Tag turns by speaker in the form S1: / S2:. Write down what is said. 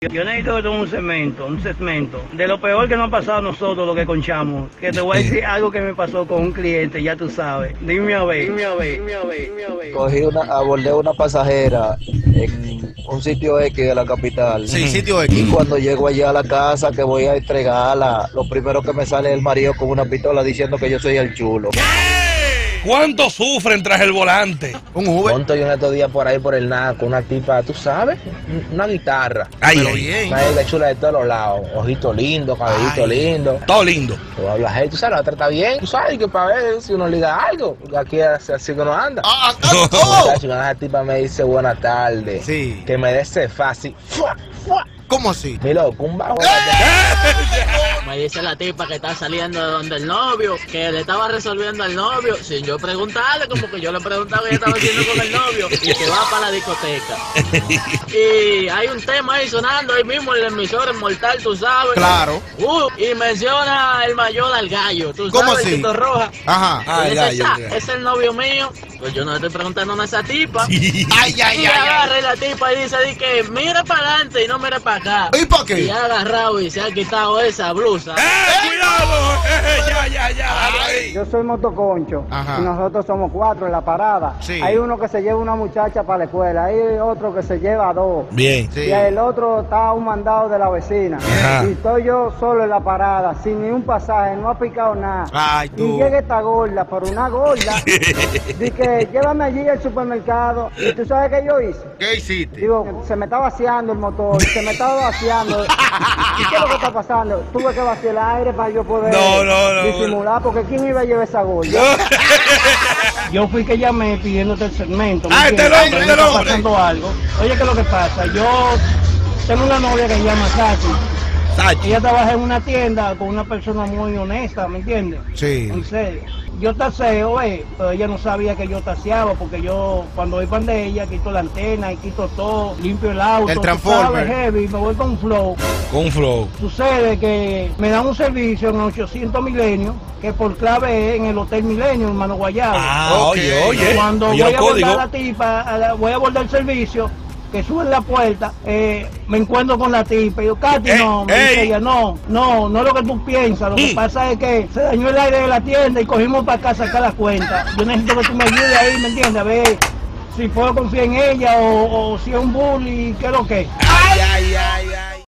S1: Yo necesito que tengo un segmento, un segmento. De lo peor que nos ha pasado a nosotros, lo que conchamos. Que te voy a decir algo que me pasó con un cliente, ya tú sabes. Dime a ver. Dime a ver. Dime a ver. Dime a ver.
S2: Cogí una, abordé una pasajera en un sitio X de la capital.
S3: Sí, sitio X.
S2: Y cuando llego allá a la casa que voy a entregarla, lo primero que me sale es el marido con una pistola diciendo que yo soy el chulo.
S4: ¿Cuánto sufren tras el volante?
S3: Un Uber.
S2: Monto yo en estos días por ahí por el naco, una tipa, tú sabes, una guitarra.
S4: Ay,
S3: Pero
S4: ay,
S3: bien.
S2: Una hembra chula de todos los lados. Ojito lindo, cabellito lindo.
S4: Todo lindo.
S2: Tú hablas, hey, tú sabes, la trata bien. Tú sabes que para ver si uno liga algo. Aquí es así que uno anda.
S3: Ah, ah, ah, oh.
S2: Muchacho, cuando esa tipa me dice buena tarde.
S3: Sí.
S2: Que me dé ese fácil. ¡Fua! ¡Fua!
S3: ¿Cómo así?
S2: Mi loco, un bajo.
S5: Me dice la tipa que está saliendo de donde el novio, que le estaba resolviendo al novio, sin yo preguntarle, como que yo le preguntaba qué estaba haciendo con el novio, y que va para la discoteca. Y hay un tema ahí sonando ahí mismo en el emisor, en Mortal, tú sabes.
S3: Claro.
S5: Uh, y menciona el mayor al gallo, tú
S3: ¿Cómo
S5: sabes,
S3: así?
S5: Tito Roja.
S3: Ajá.
S4: Ah,
S5: Y dice,
S4: ya, ya,
S5: "Sa,
S4: ya.
S5: ese es el novio mío. Pues yo no le estoy preguntando a esa tipa.
S3: Ay, ay,
S5: Y
S3: ay,
S5: agarra la tipa y dice di que mira para adelante y no mira para acá.
S3: ay. ¿Y para
S5: Y
S3: qué?
S5: ha agarrado y se ha quitado esa blusa.
S4: ¡Eh, cuidado! Eh, ya, ya, ya. Ahí.
S6: Yo soy motoconcho
S3: Ajá.
S6: y nosotros somos cuatro en la parada.
S3: Sí.
S6: Hay uno que se lleva una muchacha para la escuela, hay otro que se lleva dos.
S4: Bien.
S3: Sí.
S6: Y el otro está un mandado de la vecina.
S4: Ajá.
S6: Y estoy yo solo en la parada, sin ni un pasaje, no ha picado nada.
S3: Ay,
S6: Y
S3: tú.
S6: llega esta gorda, pero una gorda. Dice que llévame allí al supermercado. Y tú sabes qué yo hice.
S3: ¿Qué hiciste?
S6: Digo, se me está vaciando el motor, se me está vaciando. ¿Y qué es lo que está pasando? Tuve que vaciar el aire para yo poder
S4: No, no, no,
S6: disimular, porque ¿quién iba a llevar esa gorda?
S1: Yo fui que llamé pidiéndote el segmento. ¿me
S4: Ah, este es el
S1: entiendes?
S4: hombre,
S1: Me
S4: este es el
S1: está
S4: hombre.
S1: pasando algo. Oye, ¿qué es lo que pasa? Yo tengo una novia que se llama Sachi.
S3: Sachi.
S1: Ella trabaja en una tienda con una persona muy honesta, ¿me entiendes?
S3: Sí.
S1: En serio. Yo taseo, eh, pero ella no sabía que yo taseaba porque yo cuando voy pan de ella quito la antena y quito todo, limpio el auto.
S3: El
S1: tú
S3: transformer.
S1: sabes, heavy, me voy con flow.
S4: Con flow.
S1: Sucede que me dan un servicio en 800 Milenio, que por clave es en el Hotel Milenio, hermano Guayabo.
S4: Ah,
S3: Ok.
S4: oye, oye.
S1: Cuando
S4: Mira
S1: voy
S4: el
S1: a
S4: código.
S1: abordar a la tipa, a la- voy a abordar el servicio, que sube la puerta, eh, me encuentro con la tipa. Y yo, Katy,
S4: Ey,
S1: no, me dice
S4: Eh, ey.
S1: ella, no, no, no es lo que tú piensas. Lo que
S4: Mm.
S1: pasa es que se dañó el aire de la tienda y cogimos para acá a sacar la cuenta. Yo necesito que tú me ayudes ahí, ¿me entiendes? A ver si puedo confiar en ella o, o si es un bully, qué es lo que.
S3: Ay, ay, ay,